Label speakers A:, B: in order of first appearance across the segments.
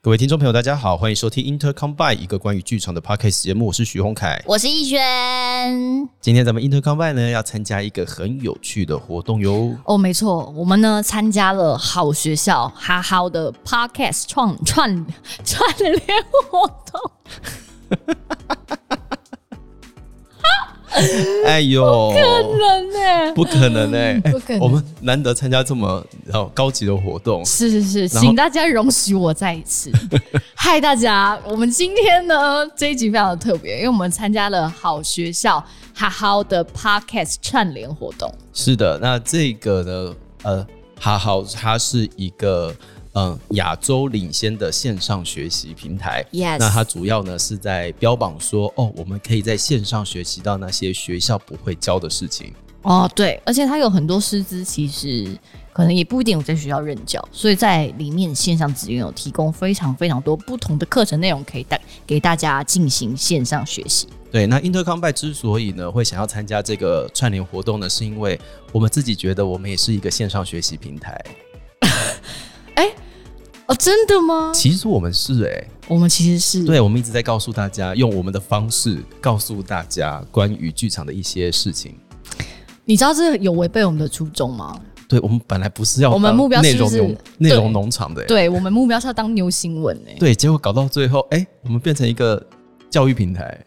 A: 各位听众朋友，大家好，欢迎收听 Intercom By 一个关于剧场的 podcast 节目，我是徐宏凯。
B: 我是逸轩。
A: 今天咱们 Intercom By 呢要参加一个很有趣的活动哟。
B: 哦，没错，我们呢参加了好学校哈好的 podcast 创串串联活动。
A: 哎呦，
B: 人呢、
A: 不可能哎、哎
B: 嗯不可能
A: 我们难得参加这么然后高级的活动，
B: 是是是，
A: 然后
B: 请大家容许我再 一次。嗨，大家，我们今天呢这一集非常的特别，因为我们参加了好学校哈好的 podcast 串联活动。
A: 是的，那这个呢，呃，哈好，它是一个嗯亚洲领先的线上学习平台。
B: Yes
A: 那它主要呢是在标榜说，哦，我们可以在线上学习到那些学校不会教的事情。
B: 哦，对，而且他有很多师资，其实可能也不一定有在学校任教，所以在里面线上资源有提供非常非常多不同的课程内容，可以带给大家进行线上学习。
A: 对，那 Intercom by 之所以呢会想要参加这个串联活动呢，是因为我们自己觉得我们也是一个线上学习平台。
B: 哦，真的吗？
A: 其实我们是哎、
B: 我们其实是
A: 对，我们一直在告诉大家，用我们的方式告诉大家关于剧场的一些事情。
B: 你知道这有违背我们的初衷吗？
A: 对，我们本来不是要
B: 我们
A: 当
B: 目标
A: 内
B: 是不
A: 容
B: 是
A: 农内容农场的、欸，
B: 对我们目标是要当牛新闻哎、
A: 对，结果搞到最后，哎、我们变成一个教育平台，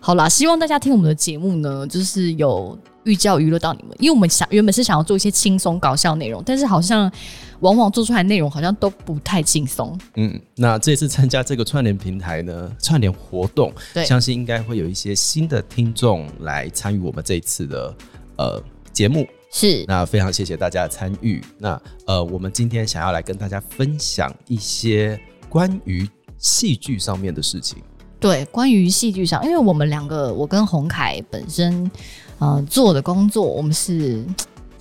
B: 好啦，希望大家听我们的节目呢，就是有寓教于乐到你们，因为我们想原本是想要做一些轻松搞笑内容，但是好像往往做出来的内容好像都不太轻松。
A: 嗯，那这次参加这个串联平台呢，串联活动，
B: 对
A: 相信应该会有一些新的听众来参与我们这一次的呃节目。
B: 是
A: 那非常谢谢大家的参与。那呃，我们今天想要来跟大家分享一些关于戏剧上面的事情。
B: 对，关于戏剧上，因为我们两个，我跟洪凯本身，呃，做的工作，我们是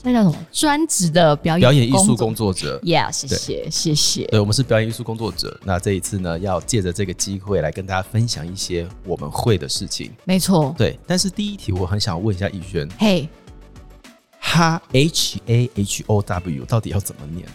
B: 那叫什么专职的表演
A: 表演艺术
B: 作
A: 哦工作者。
B: ，Yeah，谢谢谢谢，
A: 对，我们是表演艺术工作者。那这一次呢，要借着这个机会来跟大家分享一些我们会的事情。
B: 没错，
A: 对，但是第一题我很想问一下逸轩，
B: 嘿，
A: 哈 H A H O W 到底要怎么念？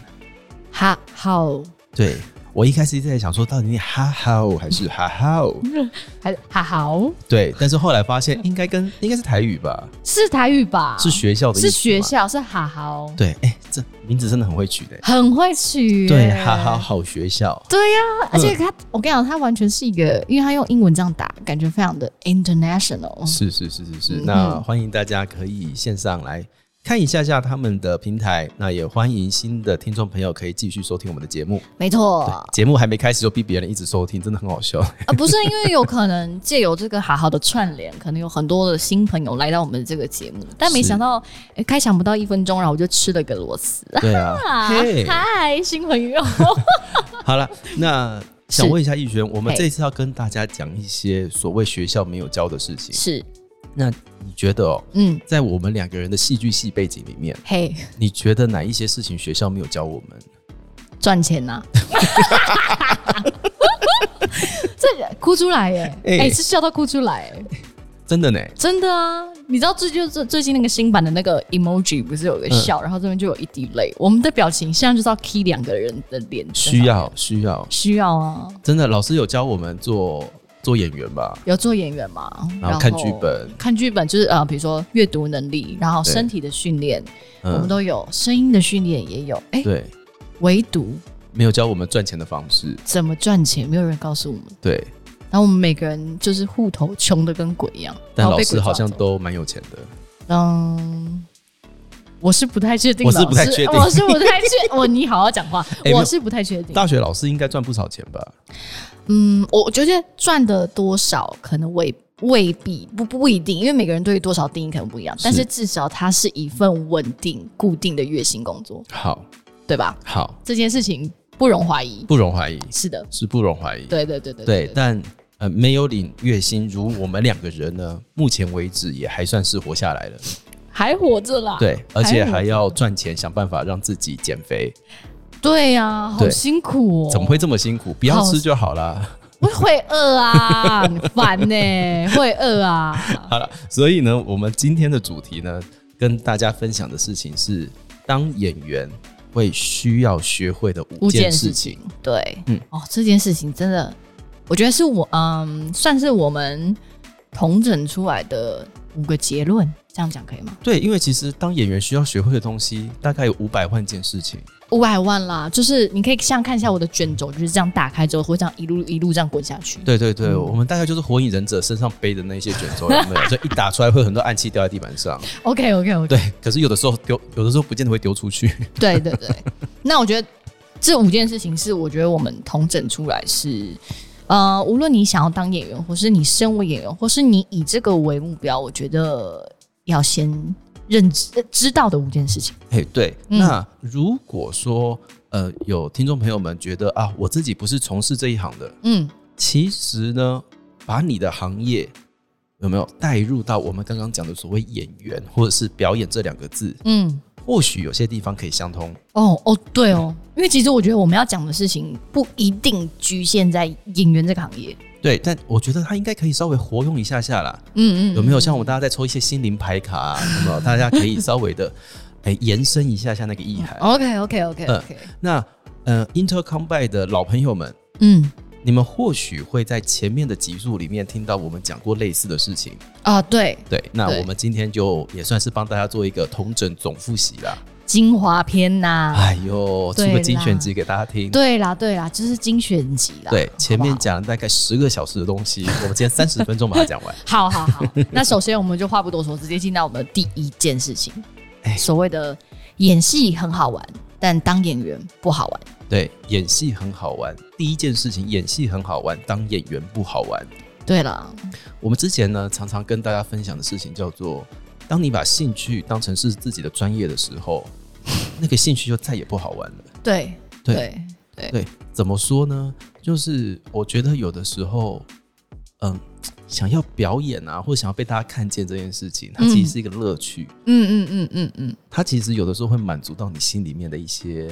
B: 哈好，
A: 对我一开始一直在想说，到底念哈哈哦还是哈哈哦？
B: 嗯还哈好，
A: 对，但是后来发现应该跟应该是台语吧，
B: 是台语吧？
A: 是学校的意思
B: 啊是
A: 嘛
B: 学。校是哈好，
A: 对，哎、这名字真的很会取的、
B: 很会取耶，
A: 对，哈嗯哈好学校。
B: 对呀、而且他，我跟你讲，他完全是一个，因为他用英文这样打，感觉非常的 international。
A: 是是是是是，
B: 哦嗯
A: 那欢迎大家可以线上来看一下下他们的平台，那也欢迎新的听众朋友可以继续收听我们的节目。
B: 没错，
A: 对，节目还没开始就逼别人一直收听，真的很好 笑。
B: 啊，不是，因为有可能借由这个好好的串联，可能有很多的新朋友来到我们这个节目，但没
A: 是
B: 想到、诶开场不到一分钟，然后我就吃了个螺丝。
A: 对啊，
B: 啊
A: 嘿，
B: 嗨，新朋友，
A: 好了，那想
B: 是
A: 问一下逸轩，我们
B: 嘿
A: 这次要跟大家讲一些所谓学校没有教的事情。
B: 是，
A: 那你觉得哦，
B: 嗯，
A: 在我们两个人的戏剧系背景里面，
B: 嘿，
A: 你觉得哪一些事情学校没有教我们？
B: 赚钱呐、 这哭出来耶！哎、
A: 诶
B: 是笑到哭出来耶，
A: 真的呢？
B: 真的啊！你知道最近最最近那个新版的那个 emoji 不是有一个
A: 嗯
B: 笑，然后这边就有一滴泪，我们的表情现在就是要 key 两个人的脸，
A: 需要需要，
B: 需要啊，
A: 真的老师有教我们做做演员吧？
B: 有做演员嘛，
A: 然后看剧本，
B: 看剧本就是呃，比如说阅读能力，然后
A: 对
B: 身体的训练，我们
A: 嗯，
B: 都有，声音的训练也有，哎、
A: 对，
B: 唯独
A: 没有教我们赚钱的方式，
B: 怎么赚钱，没有人告诉我们。
A: 对。
B: 然后我们每个人就是户头穷的跟鬼一样，
A: 但
B: 然后
A: 老
B: 被
A: 师
B: 鬼抓
A: 好像
B: 走
A: 都蛮有钱的，
B: 嗯，我是不太确定
A: 我是
B: 老师，哦
A: 不太确定
B: 我是不太确， 我你好好讲话，
A: 哎没有
B: 我是不太确定。
A: 大学老师应该赚不少钱吧？
B: 嗯，我我觉得赚的多少可能未未必不不一定，因为每个人对于多少定义可能不一样，但
A: 是
B: 是至少它是一份稳定固定的月薪工作，
A: 好，
B: 对吧？
A: 好，
B: 这件事情不容怀疑。
A: 不容怀疑，
B: 是的，
A: 是不容怀疑。
B: 对对对对
A: 对，但呃，没有领月薪，如我们两个人呢，目前为止也还算是活下来了。
B: 还活着啦。
A: 对，而且
B: 啊还
A: 还要赚钱，想办法让自己减肥。
B: 对呀、好
A: 对
B: 辛苦哦。啊
A: 怎么会这么辛苦？不要吃就好啦。
B: 会会饿啊？很烦呢、会饿啊？
A: 好了，所以呢，我们今天的主题呢，跟大家分享的事情是，当演员会需要学会的五
B: 五
A: 件
B: 件
A: 事
B: 事
A: 情
B: 情。，对，
A: 嗯
B: 嗯，哦，这件事情真的，我觉得是我，嗯，算是我们统整出来的五个结论，这样讲可以吗？
A: 对，因为其实当演员需要学会的东西大概有五百万件事情。
B: 五百万啦，就是你可以像看一下我的卷轴，就是这样打开之后会这样一路一路这样滚下去。
A: 对对对，
B: 嗯
A: 我们大概就是火影忍者身上背的那些卷轴，有没 有？所以一打出来会有很多暗器掉在地板上。
B: OK OK OK，
A: 对，可是有的时候丢，有的时候不见得会丢出去。
B: 对对对。那我觉得这五件事情是我觉得我们统整出来是，呃，无论你想要当演员，或是你身为演员，或是你以这个为目标，我觉得要先认知呃知道的五件事情。
A: 嘿，对。
B: 嗯
A: 那如果说呃有听众朋友们觉得啊，我自己不是从事这一行的，
B: 嗯，
A: 其实呢，把你的行业有没有带入到我们刚刚讲的所谓演员或者是表演这两个字，
B: 嗯，
A: 或许有些地方可以相通。
B: 哦哦，对哦，因为其实我觉得我们要讲的事情不一定局限在演员这个行业。
A: 对，但我觉得它应该可以稍微活用一下下啦。
B: 嗯嗯，
A: 有没有像我们大家在抽一些心灵牌卡、 啊，有没有？大家可以稍微的，哎、延伸一下下那个意涵。
B: ？OK OK OK
A: 嗯
B: OK，
A: 那呃，Intercombi 的老朋友们，
B: 嗯
A: 你们或许会在前面的集数里面听到我们讲过类似的事情。
B: 啊，对，
A: 对，那
B: 对
A: 我们今天就也算是帮大家做一个同整总复习啦。
B: 精华篇呐、
A: 哎呦，出
B: 啊对
A: 个
B: 啦
A: 精选集给大家听。
B: 对啦对啦，就是精选集啦。
A: 对，前面
B: 好不好
A: 讲了大概十个小时的东 西，我们今天三十分钟把它讲完。
B: 好好好，那首先我们就话不多说，直接进到我们的第一件事情
A: 哎，
B: 所谓的演戏很好玩，但当演员不好玩。
A: 对，演戏很好玩。第一件事情，演戏很好玩，当演员不好玩。
B: 对了，
A: 我们之前呢，常常跟大家分享的事情叫做，当你把兴趣当成是自己的专业的时候，那个兴趣就再也不好玩了。
B: 对
A: 对
B: 对对
A: 对，怎么说呢？就是我觉得有的时候，嗯，想要表演啊，或者想要被大家看见这件事情，它其实是一个乐趣。
B: 嗯嗯嗯嗯嗯，
A: 它其实有的时候会满足到你心里面的一些，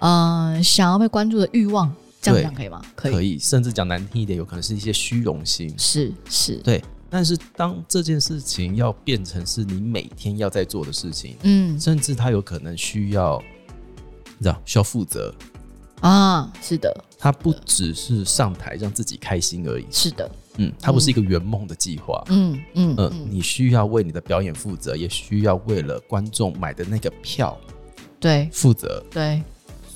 B: 嗯、呃，想要被关注的欲望，这样
A: 对
B: 讲可以吗？可
A: 可以，甚至讲难听一点，有可能是一些虚荣心。
B: 是是，
A: 对，但是当这件事情要变成是你每天要在做的事情，
B: 嗯
A: 甚至他有可能需要，你知道，需要负责。
B: 啊，是的，
A: 他不只是上台让自己开心而已，
B: 是的，
A: 嗯，他不是一个圆梦的计划，
B: 嗯嗯
A: 嗯、你需要为你的表演负责，也需要为了观众买的那个票
B: 对
A: 负责，
B: 对，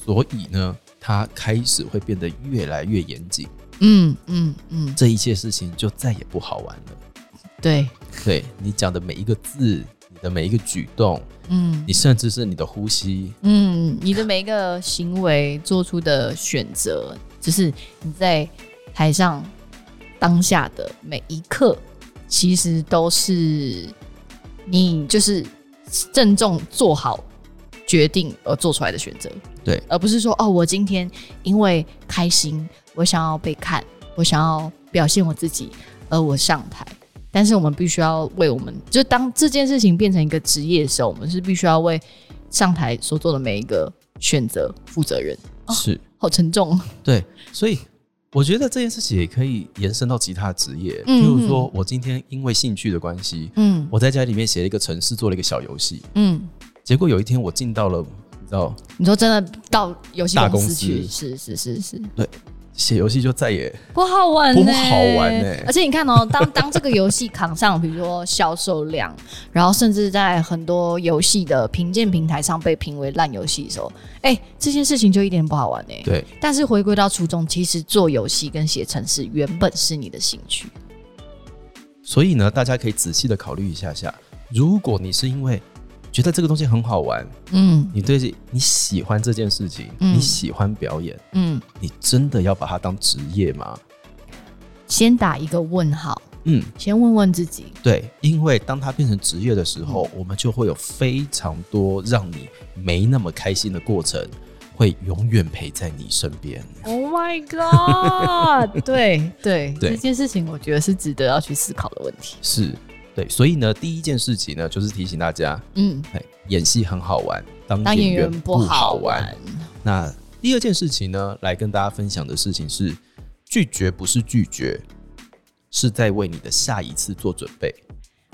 A: 所以呢，他开始会变得越来越严谨，
B: 嗯嗯嗯，
A: 这一切事情就再也不好玩了。
B: 对，
A: 对你讲的每一个字，你的每一个举动，
B: 嗯
A: 你甚至是你的呼吸，
B: 嗯，你的每一个行为做出的选择，就是你在台上当下的每一刻，其实都是你就是郑重做好决定而做出来的选择。
A: 对，
B: 而不是说哦，我今天因为开心，我想要被看，我想要表现我自己，而我上台。但是我们必须要为我们，就当这件事情变成一个职业的时候，我们是必须要为上台所做的每一个选择负责任。哦
A: 是
B: 好沉重，
A: 对，所以我觉得这件事情也可以延伸到其他职业，
B: 嗯
A: 譬如说我今天因为兴趣的关系，
B: 嗯
A: 我在家里面写了一个程式，做了一个小游戏，
B: 嗯，
A: 结果有一天我进到了，你知道，
B: 你说真的到游戏
A: 大
B: 公
A: 公司
B: 司去，是是是是，
A: 写游戏就再也
B: 不好玩、欸呢，
A: 不好玩呢
B: 而且你看哦，当当这个游戏扛上，比如说销售量，然后甚至在很多游戏的评鉴平台上被评为烂游戏的时候，哎、这件事情就一点都不好玩呢。
A: 对
B: 但是回归到初衷，其实做游戏跟写程式原本是你的兴趣。
A: 所以呢，大家可以仔细的考虑一下下，如果你是因为觉得这个东西很好玩，
B: 嗯
A: 你对你喜欢这件事情，
B: 嗯
A: 你喜欢表演，
B: 嗯，
A: 你真的要把它当职业吗？
B: 先打一个问号，
A: 嗯，
B: 先问问自己。
A: 对，因为当它变成职业的时
B: 嗯
A: 候，我们就会有非常多让你没那么开心的过程，会永远陪在你身边。
B: Oh my god！对对，
A: 对
B: 这件事情我觉得是值得要去思考的问题。
A: 是，对，所以呢，第一件事情呢，就是提醒大家，
B: 嗯，
A: 哎，演戏很好玩，当
B: 当
A: 演
B: 演
A: 员
B: 员不好
A: 玩。
B: 玩。
A: 那第二件事情呢，来跟大家分享的事情是，拒绝不是拒绝，是在为你的下一次做准备。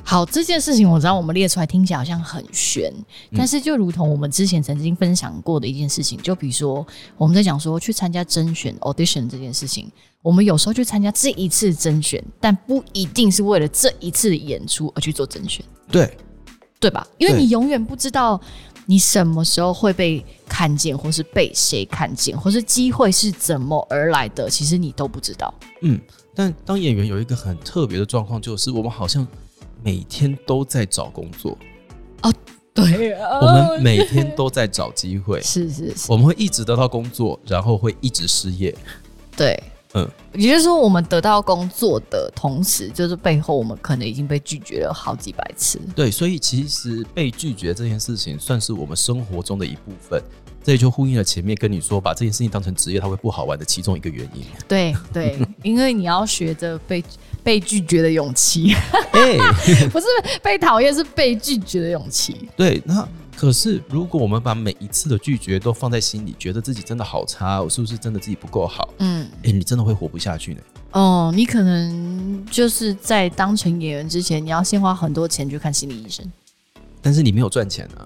B: 好，这件事情我知道，我们列出来听起来好像很悬，但是就如同我们之前曾经分享过的一件事情，就比如说我们在讲说去参加甄选 audition 这件事情，我们有时候去参加这一次甄选，但不一定是为了这一次的演出而去做甄选，
A: 对，
B: 对吧？因为
A: 对
B: 你永远不知道你什么时候会被看见，或是被谁看见，或是机会是怎么而来的，其实你都不知道。
A: 嗯。但当演员有一个很特别的状况，就是我们好像每天都在找工作，
B: 对，
A: 我们每天都在找机 会，
B: 是是是，
A: 我们会一直得到工作，然后会一直失业。
B: 对，
A: 嗯，
B: 也就是说，我们得到工作的同时，就是背后我们可能已经被拒绝了好几百次。
A: 对，所以其实被拒绝这件事情算是我们生活中的一部分。这也就呼应了前面跟你说，把这件事情当成职业，它会不好玩的其中一个原因。
B: 对对， 因为你要学着被被拒绝的勇气，
A: 哎、
B: 不是被讨厌，是被拒绝的勇气。
A: 对，那可是如果我们把每一次的拒绝都放在心里，觉得自己真的好差，我是不是真的自己不够好？
B: 嗯，
A: 哎、你真的会活不下去呢。
B: 哦，你可能就是在当成演员之前，你要先花很多钱去看心理医生，
A: 但是你没有赚钱啊，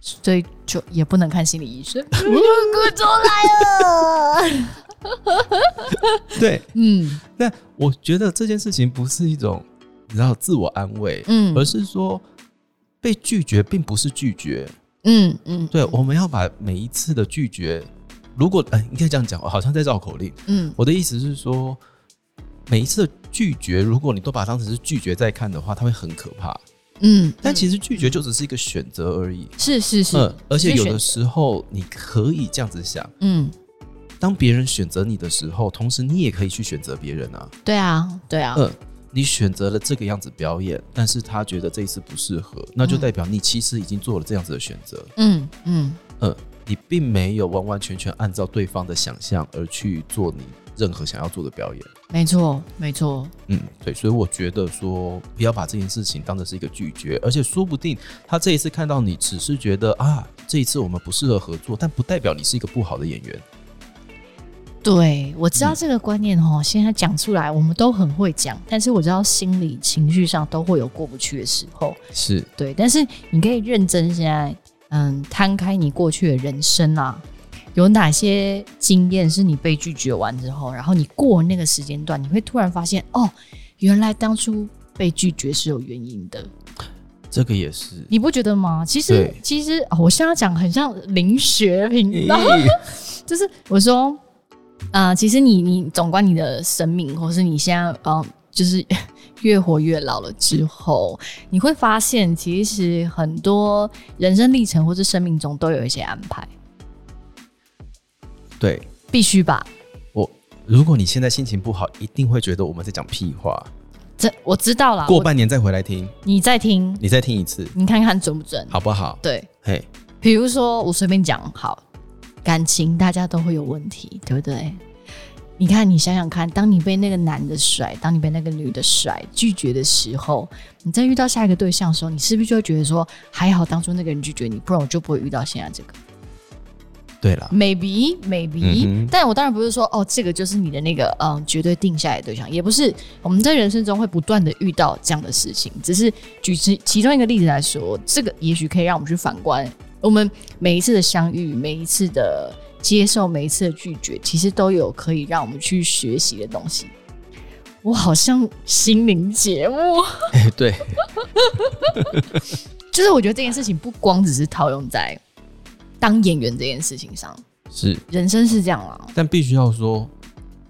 B: 所以就也不能看心理医生。我哭出来了。
A: 对，
B: 嗯
A: 那我觉得这件事情不是一种你知道自我安慰，
B: 嗯
A: 而是说被拒绝并不是拒绝，
B: 嗯嗯，
A: 对，我们要把每一次的拒绝，如果呃，应该这样讲，我好像在绕口令。
B: 嗯
A: 我的意思是说，每一次的拒绝，如果你都把它当成是拒绝在看的话，它会很可怕。
B: 嗯，
A: 但其实拒绝就只是一个选择而已。
B: 是是是，
A: 嗯，而且有
B: 是
A: 的
B: 选
A: 时候你可以这样子想，
B: 嗯，
A: 当别人选择你的时候，同时你也可以去选择别人啊。
B: 对啊，对啊，
A: 嗯，你选择了这个样子表演，但是他觉得这一次不适合，那就代表你其实已经做了这样子的选择。
B: 嗯嗯，
A: 嗯，你并没有完完全全按照对方的想象而去做你任何想要做的表演。
B: 没错没错，
A: 嗯，对，所以我觉得说不要把这件事情当成是一个拒绝，而且说不定他这一次看到你，只是觉得啊，这一次我们不适合合作，但不代表你是一个不好的演员。
B: 对我知道
A: 嗯
B: 这个观念哦，现在讲出来我们都很会讲，但是我知道心理情绪上都会有过不去的时候，
A: 是，
B: 对，但是你可以认真现在，嗯，摊开你过去的人生啊。有哪些经验是你被拒绝完之后，然后你过那个时间段，你会突然发现，哦，原来当初被拒绝是有原因的。
A: 这个也是。
B: 你不觉得吗？其实
A: 对
B: 其实、哦我现在讲很像灵学频道，就是我说，啊，其实你你总管你的生命，或是你现在呃，就是 越活越老了之后，你会发现，其实很多人生历程或是生命中都有一些安排，
A: 对，
B: 必须吧？
A: 我如果你现在心情不好，一定会觉得我们在讲屁话。
B: 这我知道啦。
A: 过
B: 我
A: 半年再回来听，
B: 你再听，
A: 你再听一次，
B: 你看看准不准？
A: 好不好？
B: 对，
A: 嘿，
B: 比如说，我随便讲，好，感情大家都会有问题，对不对？你看，你想想看，当你被那个男的甩，当你被那个女的甩拒绝的时候，你在遇到下一个对象的时候，你是不是就会觉得说，还好当初那个人拒绝你，不然我就不会遇到现在这个
A: 对了，
B: ？Maybe, maybe，、
A: 嗯哼
B: 但我当然不是说哦，这个就是你的那个嗯绝对定下来的对象，也不是。我们在人生中会不断的遇到这样的事情，只是举其其中一个例子来说，这个也许可以让我们去反观我们每一次的相遇，每一次的接受，每一次的拒绝，其实都有可以让我们去学习的东西。我好像心灵节目，
A: 嘿 对，
B: 就是我觉得这件事情不光只是套用在当演员这件事情上，
A: 是。
B: 人生是这样啊啦、
A: 但必须要说，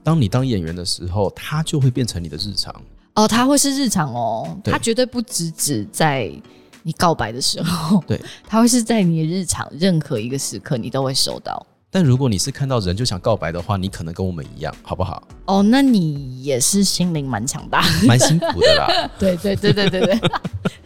A: 当你当演员的时候，它就会变成你的日常。
B: 哦，它会是日常哦，
A: 对
B: 它绝对不只只在你告白的时 候，
A: 对，
B: 它会是在你的日常任何一个时刻，你都会收到。
A: 但如果你是看到人就想告白的话，你可能跟我们一样，好不好？
B: 哦，那你也是心灵蛮强大。
A: 蛮辛苦的 啦。
B: 对对对对对对，同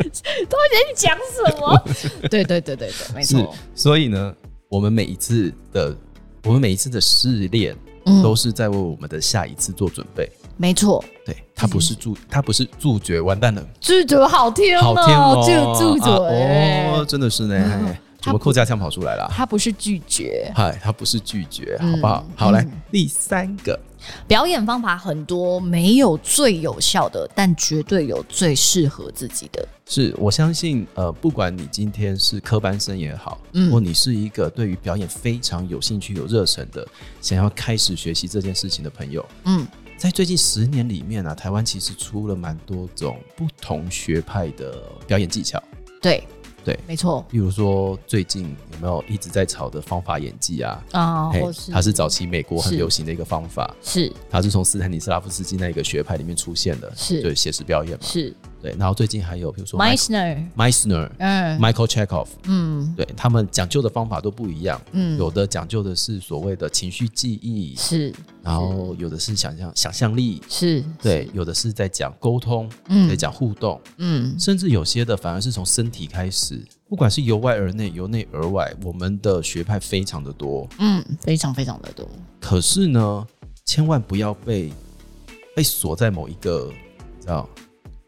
B: 学你讲什么？对对对对对，没
A: 是
B: 错，，
A: 所以呢，我们每一次的我们每一次的试炼，都
B: 嗯，
A: 是在为我们的下一次做准备。
B: 没错，
A: 对，它不是注，它不是注觉，完蛋了，
B: 剧组好听
A: 好天
B: 嗯哦，
A: 哦，
B: 这个住
A: 啊
B: 嘴
A: 哦，，真的是呢，
B: 嗯
A: 哎
B: 它
A: 怎么
B: 不
A: 扣家枪跑出来啦？
B: 它不是拒绝，
A: 嗨，它不是拒绝，
B: 嗯
A: 好不好？好，来
B: 嗯
A: 第三个，
B: 表演方法很多，没有最有效的，但绝对有最适合自己的。
A: 是我相信，呃，不管你今天是科班生也好，
B: 嗯
A: 或你是一个对于表演非常有兴趣、有热忱的，想要开始学习这件事情的朋友，
B: 嗯，
A: 在最近十年里面啊，台湾其实出了蛮多种不同学派的表演技巧，
B: 对，
A: 对
B: 没错
A: 比如说最近有没有一直在炒的方法演技啊？
B: 啊，
A: 嘿
B: 或是
A: 它是早期美国很
B: 是
A: 流行的一个方法，
B: 是
A: 它是从斯坦尼斯拉夫斯基那一个学派里面出现的，
B: 是
A: 对写实表演嘛，
B: 是
A: 对。然后最近还有比如说
B: Meisner，
A: Meisner、
B: 嗯
A: Michael Chekhov，
B: 嗯
A: 对他们讲究的方法都不一样，
B: 嗯，
A: 有的讲究的是所谓的情绪记忆，
B: 是
A: 然后有的是想象想象力，
B: 是，
A: 对
B: 是，，
A: 有的是在讲沟通，在
B: 嗯
A: 讲互动，
B: 嗯
A: 甚至有些的反而是从身体开始，不管是由外而内，由内而外，我们的学派非常的多。
B: 嗯，非常非常的多，
A: 可是呢，千万不要被被锁在某一个，你知道？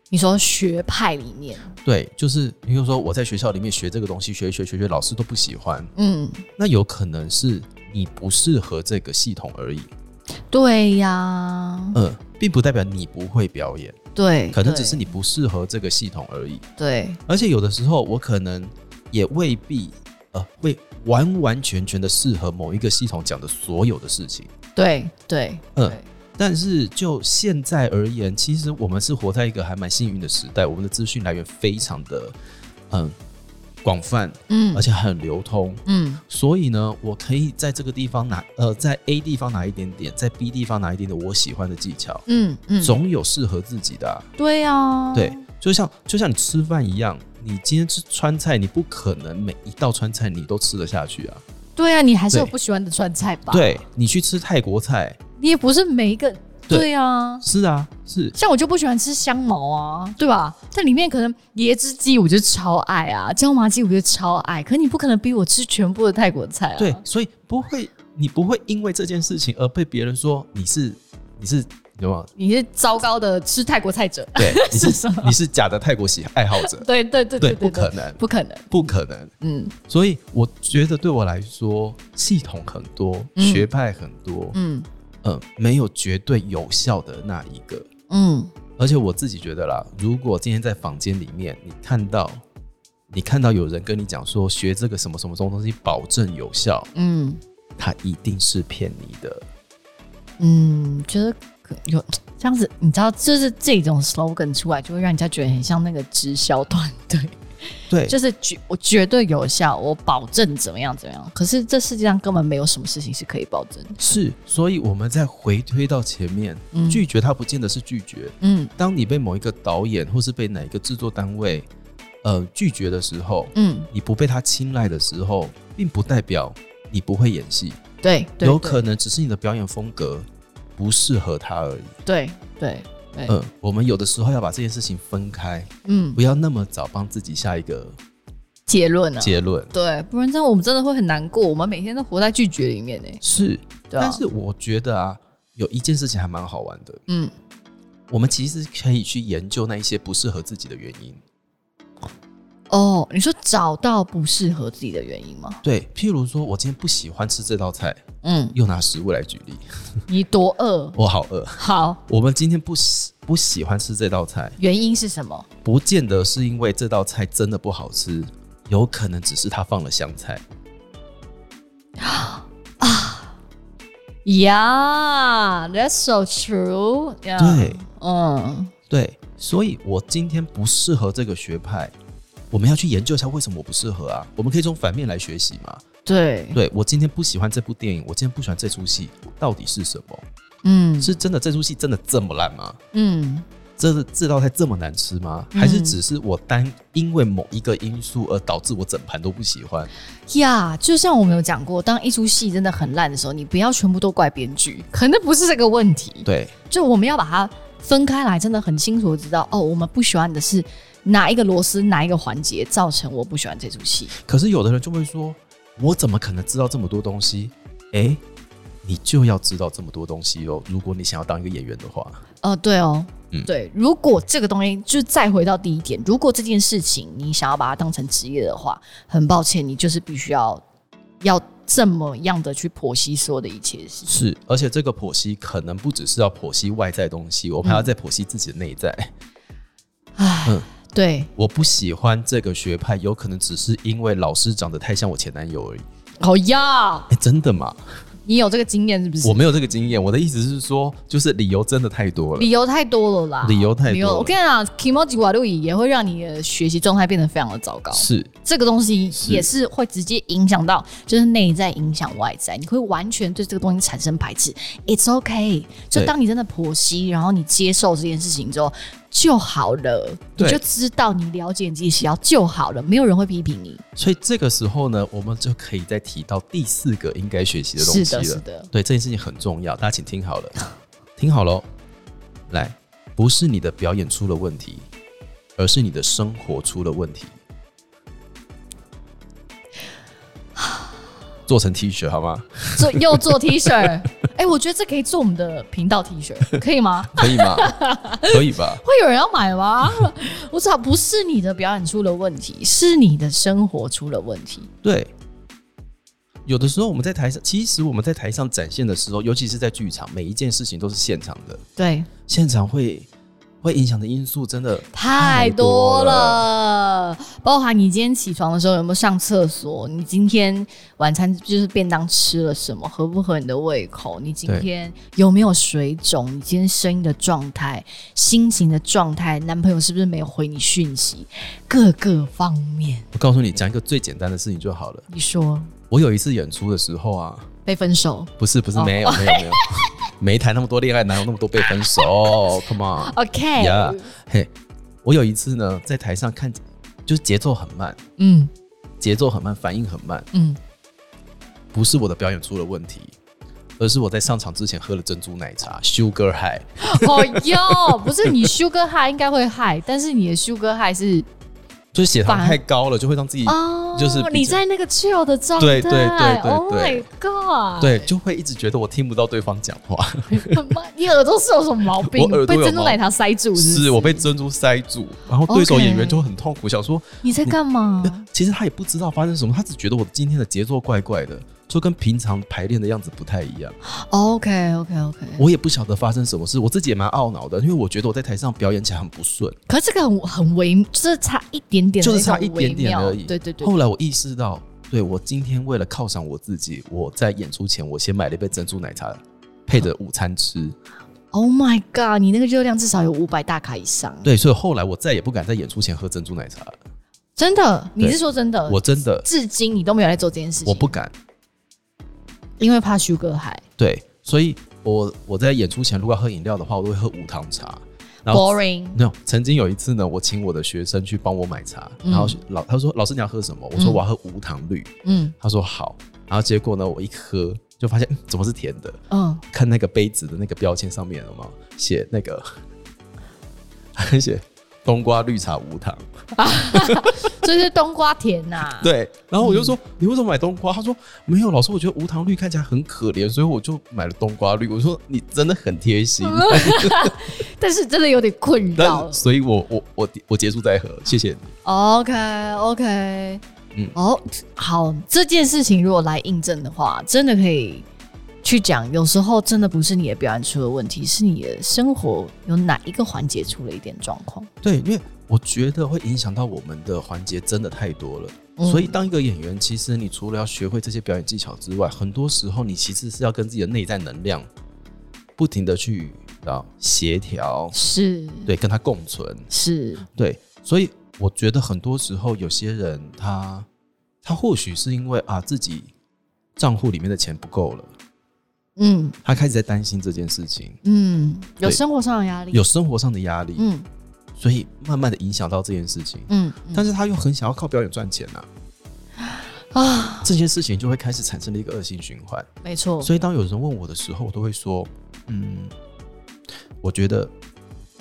B: 你说学派里面，
A: 对，就是比如说我在学校里面学这个东西，学一学学一学，老师都不喜欢，
B: 嗯，
A: 那有可能是你不适合这个系统而已。
B: 对呀、
A: 嗯，并不代表你不会表演，
B: 对，
A: 可能
B: 嗯对
A: 只是你不适合这个系统而已。
B: 对，
A: 而且有的时候，我可能也未必呃会完完全全的适合某一个系统讲的所有的事情。
B: 对对，
A: 嗯
B: 对，
A: 但是就现在而言，其实我们是活在一个还蛮幸运的时代，我们的资讯来源非常的嗯广泛，
B: 嗯
A: 而且很流通。
B: 嗯
A: 所以呢，我可以在这个地方拿呃，在 A 地方拿一点点，在 B 地方拿一点点我喜欢的技巧，
B: 嗯嗯，
A: 总有适合自己的啊、
B: 对啊，
A: 对，就像就像你吃饭一样，你今天吃川菜，你不可能每一道川菜你都吃得下去啊。
B: 对啊，你还是有
A: 对
B: 不喜欢的川菜吧？，
A: 对你去吃泰国菜，
B: 你也不是每一个，
A: 对
B: 对啊。
A: 是啊，是
B: 像我就不喜欢吃香茅啊，对吧？但里面可能椰汁鸡我就超爱啊，椒麻鸡我就超爱。可你不可能逼我吃全部的泰国菜啊。
A: 对，所以不会，你不会因为这件事情而被别人说你是你是什 么？
B: 你是糟糕的吃泰国菜者。
A: 对，你
B: 是
A: 是
B: 什么，
A: 你是假的泰国喜爱好者
B: 对对 对
A: 对，
B: 对，
A: 不可能，
B: 不可能。
A: 不可能。
B: 嗯
A: 所以我觉得对我来说，系统很多，
B: 嗯
A: 学派很多，
B: 嗯
A: 嗯，没有绝对有效的那一个。
B: 嗯
A: 而且我自己觉得啦，如果今天在房间里面，你看到你看到有人跟你讲说学这个什么什么什么东西保证有效，
B: 嗯
A: 他一定是骗你的。
B: 嗯，觉得可有这样子，你知道，就是这种 slogan 出来，就会让人家觉得很像那个直销团队。
A: 对，
B: 就是绝我绝对有效，我保证怎么样怎么样。可是这世界上根本没有什么事情是可以保证的。
A: 是。所以我们再回推到前面，
B: 嗯
A: 拒绝它不见得是拒绝。
B: 嗯
A: 当你被某一个导演或是被哪一个制作单位呃拒绝的时候，
B: 嗯，
A: 你不被他青睐的时候，并不代表你不会演戏，
B: 对，对
A: 有可能只是你的表演风格不适合他而已。
B: 对对对，
A: 嗯，我们有的时候要把这件事情分开，
B: 嗯，
A: 不要那么早帮自己下一个
B: 结论呢、啊？
A: 结论。
B: 对，不然这样我们真的会很难过。我们每天都活在拒绝里面呢、
A: 是，
B: 对啊，
A: 但是我觉得啊，有一件事情还蛮好玩的，
B: 嗯，
A: 我们其实可以去研究那一些不适合自己的原因。
B: 哦，你说找到不适合自己的原因吗？
A: 对，譬如说我今天不喜欢吃这道菜，
B: 嗯，
A: 又拿食物来举例，
B: 你多饿，
A: 我好饿。
B: 好，
A: 我们今天不喜不喜欢吃这道菜，
B: 原因是什么？
A: 不见得是因为这道菜真的不好吃，有可能只是他放了香菜。
B: Yeah，that's so true。Yeah,
A: 对，
B: 嗯，
A: 对，所以我今天不适合这个学派，我们要去研究一下为什么我不适合啊。我们可以从反面来学习嘛。
B: 对，
A: 对我今天不喜欢这部电影，我今天不喜欢这出戏，到底是什么？
B: 嗯
A: 是真的这出戏真的这么烂吗？
B: 嗯，
A: 真的这道菜这么难吃吗？还是只是我单因为某一个因素而导致我整盘都不喜欢？
B: 呀就像我们有讲过，当一出戏真的很烂的时候，你不要全部都怪编剧，可能不是这个问题。
A: 对，
B: 就我们要把它分开来，真的很清楚地知道哦，我们不喜欢的是哪一个螺丝，哪一个环节造成我不喜欢这出戏。
A: 可是有的人就会说，我怎么可能知道这么多东西？诶，你就要知道这么多东西哦。如果你想要当一个演员的话，
B: 哦、对哦。
A: 嗯
B: 对，如果这个东西就是再回到第一点，如果这件事情你想要把它当成职业的话，很抱歉，你就是必须要要这么样的去剖析所有的一切事情。
A: 是，而且这个剖析可能不只是要剖析外在东西，我们还要
B: 嗯
A: 再剖析自己的内在。
B: 唉，
A: 嗯
B: 对，
A: 我不喜欢这个学派，有可能只是因为老师长得太像我前男友而已。
B: 好呀，
A: 哎、真的吗？
B: 你有这个经验是不是？
A: 我没有这个经验。我的意思是说，就是理由真的太多了。
B: 理由太多了啦，
A: 理由太多了
B: 我跟你讲 k i m o j i 瓦路也会让你的学习状态变得非常的糟糕。
A: 是，
B: 这个东西
A: 是
B: 也是会直接影响到，就是内在影响外在，你会完全对这个东西产生排斥。It's okay，就当你真的剖析，然后你接受这件事情之后就好了，你
A: 对
B: 就知道你了解你自己想要就好了，没有人会批评你。
A: 所以这个时候呢，我们就可以再提到第四个应该学习的东
B: 是
A: 西
B: 的，
A: 了。
B: 是的，
A: 对，这件事情很重要，大家请听好了，听好喽。来，不是你的表演出了问题，而是你的生活出了问题。做成 T 恤好吗？
B: 做又做 T 恤，哎、我觉得这可以做我们的频道 T 恤，可以吗？
A: 可以吗？可以吧？
B: 会有人要买吗？我操，不是你的表演出了问题，是你的生活出了问题。
A: 对。有的时候我们在台上，其实我们在台上展现的时候，尤其是在剧场，每一件事情都是现场的，
B: 对，
A: 现场会会影响的因素真的
B: 太
A: 多
B: 多了，包含你今天起床的时候有没有上厕所，你今天晚餐就是便当吃了什么，合不合你的胃口，你今
A: 对
B: 天有没有水肿，你今天声音的状态、心情的状态，男朋友是不是没有回你讯息，各个方面，
A: 我告诉你，讲一个最简单的事情就好了。
B: 你说
A: 我有一次演出的时候啊，
B: 被分手
A: 不是不是
B: 哦
A: 没有没有 没有，没谈那么多恋爱，哪有那么多被分 手？Come on，
B: ，OK，、
A: 呀嘿，我有一次呢，在台上看，就是节奏很慢，
B: 嗯
A: 节奏很慢，反应很慢，
B: 嗯，
A: 不是我的表演出了问题，而是我在上场之前喝了珍珠奶茶，Sugar High。
B: 哦哟，不是你 sugar high 应该会 high，但是你的 sugar high 是
A: 就是血糖
B: 反而
A: 太高了，就会让自己、
B: 哦，
A: 就是比
B: 你
A: 较
B: 在那个 chill 的状态，
A: 对对对对
B: o h
A: 对
B: my god，
A: 对，就会一直觉得我听不到对方讲话，
B: 哦妈，你耳朵是有什么毛病
A: 我？耳朵
B: 被
A: 有
B: 珍珠
A: 毛
B: 奶茶塞住是不
A: 是我被珍珠塞住，然后对手
B: OK
A: 演员就很痛苦，想说
B: 你在干嘛？
A: 其实他也不知道发生什么，他只觉得我今天的节奏怪怪的，就跟平常排练的样子不太一样。
B: OK OK OK，
A: 我也不晓得发生什么事，我自己也蛮懊恼的，因为我觉得我在台上表演起来很不顺，
B: 可是这个很很微，就是差一点点的
A: 就
B: 那
A: 是
B: 种
A: 差
B: 微
A: 一
B: 妙，
A: 点点而已。
B: 对对对，
A: 后来我意识到，对我今天为了犒赏我自己，我在演出前我先买了一杯珍珠奶茶，配着午餐吃。
B: Oh my god，你那个热量至少有五百大卡以上，
A: 对，所以后来我再也不敢在演出前喝珍珠奶茶了，
B: 真的，你
A: 对
B: 是说真的？
A: 我真的
B: 至今你都没有在做这件事情，
A: 我不，敢。
B: 因为怕 sugar high。
A: 对，所以我我在演出前如果要喝饮料的话，我都会喝无糖茶。然后
B: Boring，
A: no，曾经有一次呢，我请我的学生去帮我买茶，
B: 嗯
A: 然后老他说老师你要喝什么？我说我要喝无糖绿，
B: 嗯
A: 他说好，然后结果呢我一喝就发现、嗯、怎么是甜的？
B: 嗯，
A: 看那个杯子的那个标签上面有吗？写那个 写冬瓜绿茶无糖，
B: 所以是冬瓜甜 呐、
A: 对，然后我就说、你为什么买冬瓜？他说没有，老师我觉得无糖绿看起来很可怜，所以我就买了冬瓜绿。我说你真的很贴心，
B: 但是真的有点困扰
A: 但。所以我我我我结束再喝，谢谢你。
B: OK OK，嗯
A: 嗯，
B: 哦，好，这件事情如果来印证的话，真的可以去讲。有时候真的不是你的表演出了问题，是你的生活有哪一个环节出了一点状况。
A: 对，因为我觉得会影响到我们的环节真的太多了。
B: 嗯
A: 所以，当一个演员，其实你除了要学会这些表演技巧之外，很多时候你其实是要跟自己的内在能量不停的去啊协调，
B: 是，
A: 对，跟它共存。
B: 是，
A: 对，所以我觉得很多时候有些人他他或许是因为啊自己账户里面的钱不够了，
B: 嗯
A: 他开始在担心这件事情，
B: 嗯，有
A: 对
B: 生活上的压力，
A: 有，生活上的压力，
B: 嗯
A: 所以慢慢的影响到这件事情。
B: 嗯，嗯
A: 但是他又很想要靠表演赚钱呐、
B: 啊，
A: 这件事情就会开始产生了一个恶性循环。
B: 没错，
A: 所以当有人问我的时候，我都会说，嗯，我觉得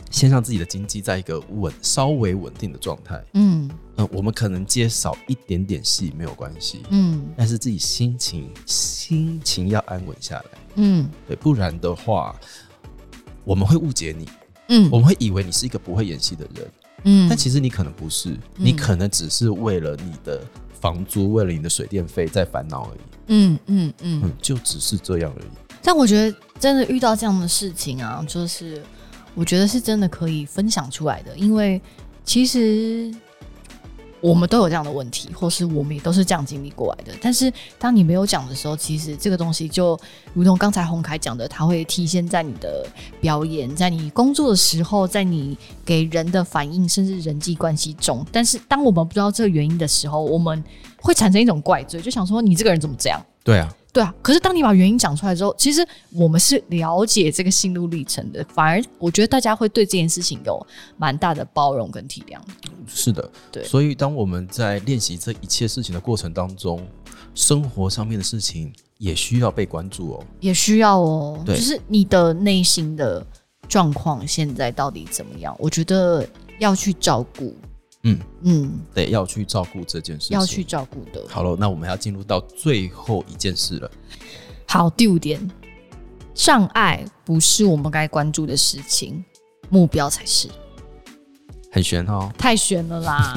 A: 先让自己的经济在一个稳、稍微稳定的状态。
B: 嗯
A: 嗯，我们可能接少一点点戏没有关系，
B: 嗯
A: 但是自己心情心情要安稳下来，
B: 嗯
A: 对，不然的话，我们会误解你，
B: 嗯
A: 我们会以为你是一个不会演戏的人，
B: 嗯
A: 但其实你可能不是，你可能只是为了你的房租，为了你的水电费在烦恼而已。
B: 嗯嗯嗯
A: 嗯，，就只是这样而已。
B: 但我觉得真的遇到这样的事情啊，就是我觉得是真的可以分享出来的，因为其实我们都有这样的问题，或是我们也都是这样经历过来的。但是当你没有讲的时候，其实这个东西就如同刚才红凯讲的，它会体现在你的表演，在你工作的时候，在你给人的反应，甚至人际关系中。但是当我们不知道这个原因的时候，我们会产生一种怪罪，就想说你这个人怎么这样。
A: 对啊，
B: 对啊，可是当你把原因讲出来之后，其实我们是了解这个心路历程的，反而我觉得大家会对这件事情有蛮大的包容跟体谅。
A: 是的，
B: 对
A: 所以当我们在练习这一切事情的过程当中，生活上面的事情也需要被关注哦。
B: 也需要哦，就
A: 对
B: 是你的内心的状况现在到底怎么样？我觉得要去照顾，
A: 嗯，
B: 嗯，
A: 得要去照顾这件事情。
B: 要去。照顾的。
A: 好了，那我们要进入到最后一件事了。
B: 好，第五点，障碍不是我们该关注的事情，目标才是。
A: 很悬哦。
B: 太悬了 啦，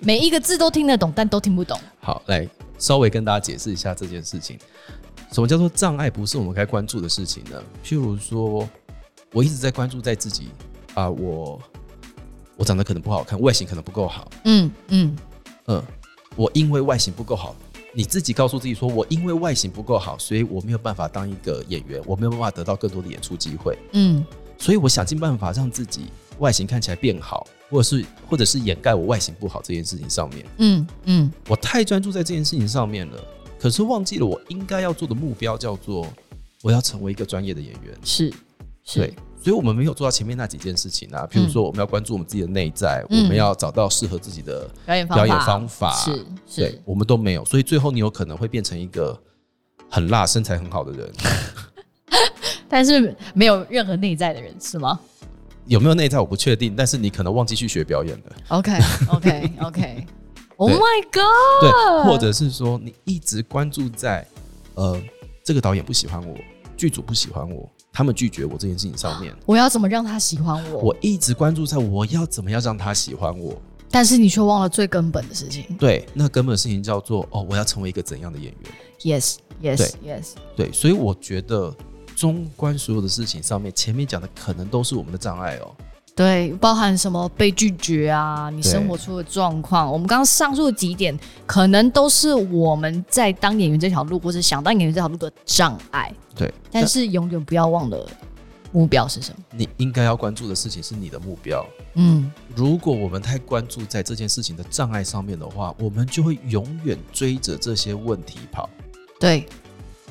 B: 每一个字都听得懂，但都听不懂。
A: 好，来稍微跟大家解释一下这件事情。什么叫做障碍？不是我们该关注的事情呢？譬如说，我一直在关注在自己啊、我我长得可能不好看，外形可能不够好，
B: 嗯嗯，
A: 嗯，我因为外形不够好，你自己告诉自己说，我因为外形不够好，所以我没有办法当一个演员，我没有办法得到更多的演出机会，
B: 嗯，
A: 所以我想尽办法让自己外形看起来变好，或者是或者是掩盖我外形不好这件事情上面。
B: 嗯嗯
A: 我太专注在这件事情上面了，可是忘记了我应该要做的目标叫做我要成为一个专业的演员，。
B: 是是嗯
A: 对，所以我们没有做到前面那几件事情啊，譬如说我们要关注我们自己的内在，我们要找到适合自己的
B: 表演嗯方法，
A: 表演方法，
B: 是
A: 对
B: 是，
A: 我们都没有，所以最后你有可能会变成一个很辣、身材很好的人，
B: 但是没有任何内在的人是吗
A: 有没有内在我不确定，但是你可能忘记去学表演了，
B: ？OK OK OK。Oh
A: 对
B: my god！
A: 对，或者是说你一直关注在呃这个导演不喜欢我，剧组不喜欢我，他们拒绝我这件事情上面。
B: 我要怎么让他喜欢我？
A: 我一直关注在我要怎么样让他喜欢我。
B: 但是你却忘了最根本的事情。
A: 对，那根本的事情叫做哦，我要成为一个怎样的演员？
B: Yes Yes Yes。
A: 对，所以我觉得中观所有的事情上面，前面讲的可能都是我们的障碍哦。
B: 对，包含什么被拒绝啊，你
A: 对
B: 生活出的状况，我们刚刚上述的几点，可能都是我们在当演员这条路，或是想当演员这条路的障碍。
A: 对，
B: 但是永远不要忘了目标是什么。
A: 你应该要关注的事情是你的目标。
B: 嗯，
A: 如果我们太关注在这件事情的障碍上面的话，我们就会永远追着这些问题跑，
B: 对，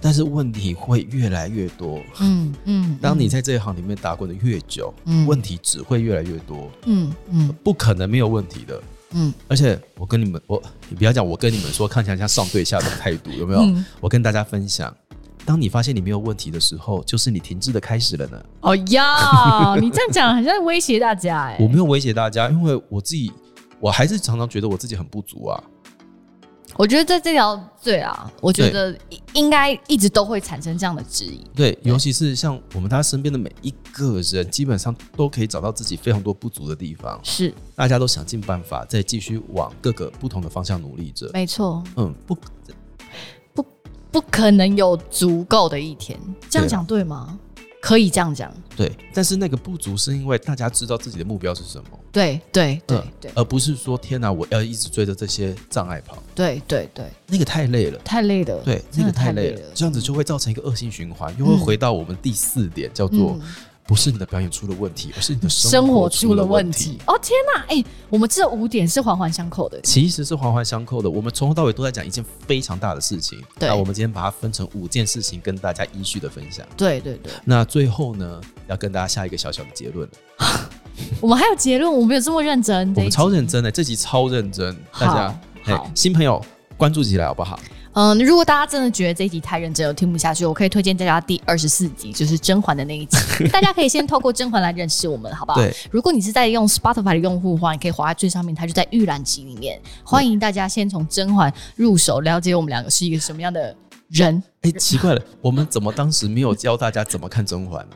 A: 但是问题会越来越多。
B: 嗯嗯。
A: 当你在这一行里面打滚的越久，
B: 嗯
A: 问题只会越来越多，
B: 嗯嗯
A: 不可能没有问题的。
B: 嗯，
A: 而且我跟你们，我你不要讲，我跟你们说，看起来像上对下的态度，有没有？
B: 嗯
A: 我跟大家分享，当你发现你没有问题的时候，就是你停滞的开始了呢。
B: 哦 呀，你这样讲好像在威胁大家哎、
A: 我
B: 我
A: 没有威胁大家，因为我自己，我还是常常觉得我自己很不足啊。
B: 觉得在这条对啊，我觉得应该一直都会产生这样的质疑。
A: 对，尤其是像我们大家身边的每一个人，基本上都可以找到自己非常多不足的地方。
B: 是，
A: 大家都想尽办法，再继续往各个不同的方向努力着。
B: 没错，
A: 嗯，不，
B: 不可能有足够的一天。这样讲对吗？可以这样讲，
A: 对，但是那个不足是因为大家知道自己的目标是什么。
B: 对对对
A: 嗯
B: 对
A: 而不是说天哪，我要一直追着这些障碍跑，
B: 对对对，
A: 那个太累了。
B: 太累了，
A: 对，
B: 真
A: 那
B: 的
A: 个
B: 太
A: 太累了，这样子就会造成一个恶性循环，又会回到我们第四点，叫做
B: 嗯
A: 不是你的表演出了问题，而是你的
B: 生
A: 生
B: 活
A: 活
B: 出
A: 出
B: 了
A: 了
B: 问
A: 问
B: 题
A: 题。。
B: 哦天哪，哎、我们这五点是环环相扣的。
A: 其实是环环相扣的，我们从头到尾都在讲一件非常大的事情。
B: 对
A: 那我们今天把它分成五件事情跟大家依序的分享。
B: 对对对，
A: 那最后呢，要跟大家下一个小小的结论了。
B: 我们还有结论，我们有这么认真？
A: 我
B: 这一
A: 们
B: 集
A: 超认真的，欸这集超认真，大家
B: 好
A: 嘿新朋友关注起来好不好？
B: 嗯，如果大家真的觉得这一集太认真，我听不下去，我可以推荐大家第二十四集，就是甄嬛的那一 集。大家可以先透过甄嬛来认识我们，好不好？
A: 对。
B: 如果你是在用 Spotify 的用户的话，你可以滑在最上面，它就在预览集里面。欢迎大家先从甄嬛入手，了解我们两个是一个什么样的人。
A: 啊哎、奇怪了，我们怎么当时没有教大家怎么看甄嬛呢、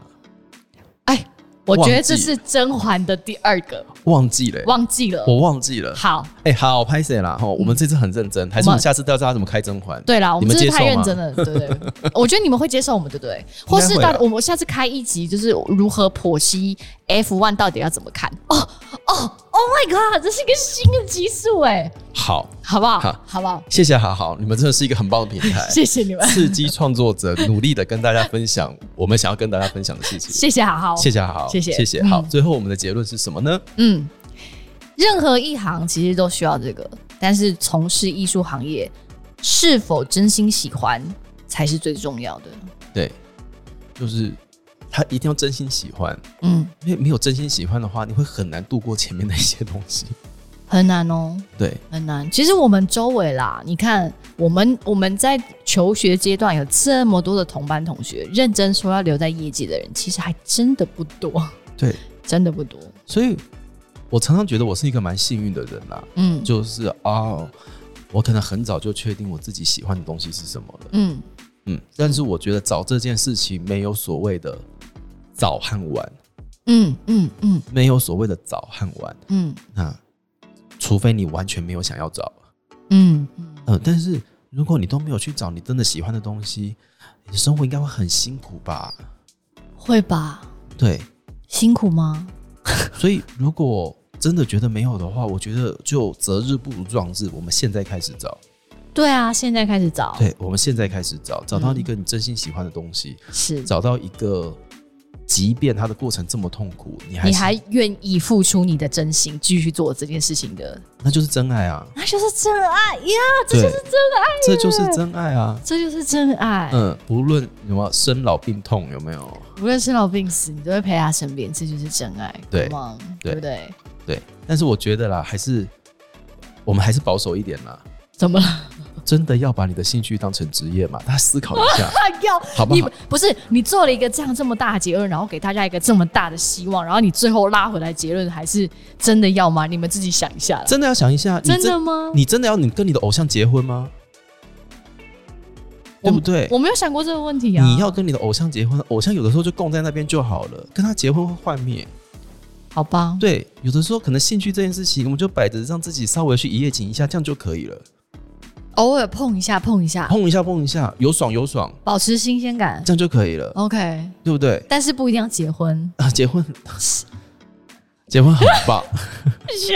B: 哎，我觉得
A: 忘记
B: 这是甄嬛的第二个，
A: 忘记了欸、
B: 忘记了。
A: 我忘记了。
B: 好，
A: 哎、好，拍谁啦？哈，我们这次很认真，还是我
B: 嗯我
A: 们
B: 们
A: 下次教大家怎么开甄嬛？
B: 对啦，我
A: 你
B: 们
A: 们
B: 这
A: 接
B: 是
A: 受
B: 太认
A: 吗？
B: 真了，对不对？ 我觉得你们会接受我们，对不对？或是
A: 会
B: 到
A: 啊
B: 我们下次开一集，就是如何剖析 F one 到底要怎么看？哦哦，Oh my god，这是一个新的集数哎，
A: 好，
B: 好不好？
A: 好
B: 好不好？
A: 谢谢，好好，你们真的是一个很棒的平台
B: ，谢谢 你们，
A: 刺激创作者努力的跟大家分享我们想要跟大家分享的事情。
B: 谢谢，好好，
A: 谢谢，好好，
B: 谢谢
A: 谢谢，好。
B: 嗯
A: 最后我们的结论是什么呢？
B: 嗯，任何一行其实都需要这个，但是从事艺术行业是否真心喜欢才是最重要的。
A: 对，就是他一定要真心喜欢，
B: 嗯，
A: 因为没有真心喜欢的话，你会很难度过前面那些东西。
B: 很难哦，
A: 对，
B: 很难。其实我们周围啦，你看，我们我们在求学阶段有这么多的同班同学，认真说要留在业界的人，其实还真的不多，
A: 对，
B: 真的不多。
A: 所以我常常觉得我是一个蛮幸运的人啦、
B: 嗯，
A: 就是啊、哦，我可能很早就确定我自己喜欢的东西是什么了。
B: 嗯，
A: 嗯，但是我觉得早这件事情没有所谓的早和晚，
B: 嗯，嗯，嗯，
A: 没有所谓的早和晚。
B: 嗯，
A: 那除非你完全没有想要找，
B: 嗯，嗯，
A: 嗯，但是如果你都没有去找你真的喜欢的东西，你的生活应该会很辛苦吧？
B: 会吧？
A: 对，
B: 辛苦吗？
A: 所以如果真的觉得没有的话，我觉得就择日不如撞日，我们现在开始找，
B: 对啊，现在开始找，
A: 对，我们现在开始找，找到
B: 嗯
A: 一个你真心喜欢的东西，
B: 是
A: 找到一个，即便它的过程这么痛苦，你还
B: 你
A: 是
B: 还愿意付出你的真心，继续做这件事情的，
A: 那就是真爱啊，
B: 那就是真爱呀！
A: 这就是真
B: 哎
A: 爱，这就是真爱啊。
B: 这就是真爱。
A: 嗯，不论有没有生老病痛，有没有
B: 无论生老病死，你都会陪他身边，这就是真爱。
A: 对
B: Come on，
A: 对
B: 对不对？
A: 对，但是我觉得啦，还是我们还是保守一点啦。
B: 怎么了？，
A: 真的要把你的兴趣当成职业嘛？大家思考一下
B: 哎呦，
A: 好不
B: 你
A: 好？
B: 不是你做了一个这样这么大的结论，然后给大家一个这么大的希望，然后你最后拉回来结论还是真的要吗？你们自己想一下啦。
A: 真的要想一下，你
B: 真的吗？
A: 你真的要你跟你的偶像结婚吗？对不对？
B: 我没有想过这个问题啊。
A: 你要跟你的偶像结婚，偶像有的时候就供在那边就好了，跟他结婚会幻灭。
B: 好吧？
A: 对，有的时候可能兴趣这件事情，我们就摆着让自己稍微去一夜情一下，这样就可以了，
B: 偶尔碰一下，碰一下，
A: 碰一下碰一下，有爽有爽，
B: 保持新鲜感。
A: 这样就可以
B: 哦
A: 了，
B: OK，
A: 对不对？
B: 但是不一定要结婚。
A: 啊，结婚，结婚很棒，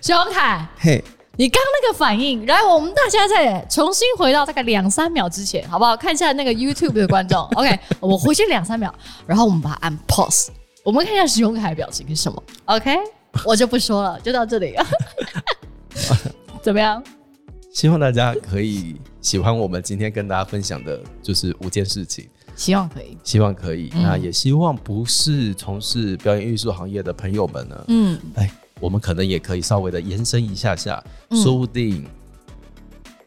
B: 熊 熊凯，
A: 嘿，
B: 你刚那个反应，来，我们大家再重新回到大概两三秒之前，好不好？看一下那个 YouTube 的观众 ，OK，我回去两三秒，然后我们把它按 pause，我们看一下熊凯的表情是什么，OK，我就不说了，就到这里， 怎么样？
A: 希望大家可以喜欢我们今天跟大家分享的，就是五件事情。
B: 希望可以，
A: 希望可以，
B: 嗯
A: 那也希望不是从事表演艺术行业的朋友们呢，
B: 嗯，
A: 哎，我们可能也可以稍微的延伸一下下，
B: 嗯
A: 说不定，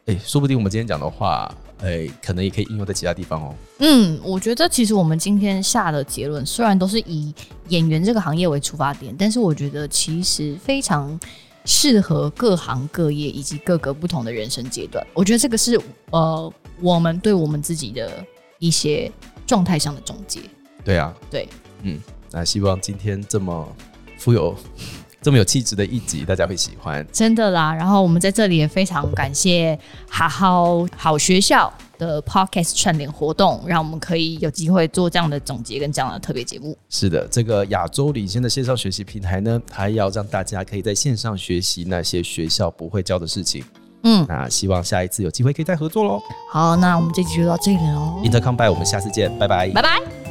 A: 哎，说不定我们今天讲的话，哎，可能也可以应用在其他地方哦。
B: 嗯，我觉得其实我们今天下的结论虽然都是以演员这个行业为出发点，但是我觉得其实非常适合各行各业以及各个不同的人生阶段。我觉得这个是呃，我们对我们自己的一些状态上的总结。
A: 对啊，
B: 对，
A: 嗯，那希望今天这么富有、 这么有气质的一集，大家会喜欢。
B: 真的啦。然后我们在这里也非常感谢好好好学校的 Podcast 串联活动，让我们可以有机会做这样的总结跟这样的特别节目。
A: 是的，这个亚洲领先的线上学习平台呢，它要让大家可以在线上学习那些学校不会教的事情。
B: 嗯，
A: 那希望下一次有机会可以再合作喽。
B: 好，那我们这集就到这里喽。
A: Intercom by，我们下次见，拜拜。
B: 拜拜。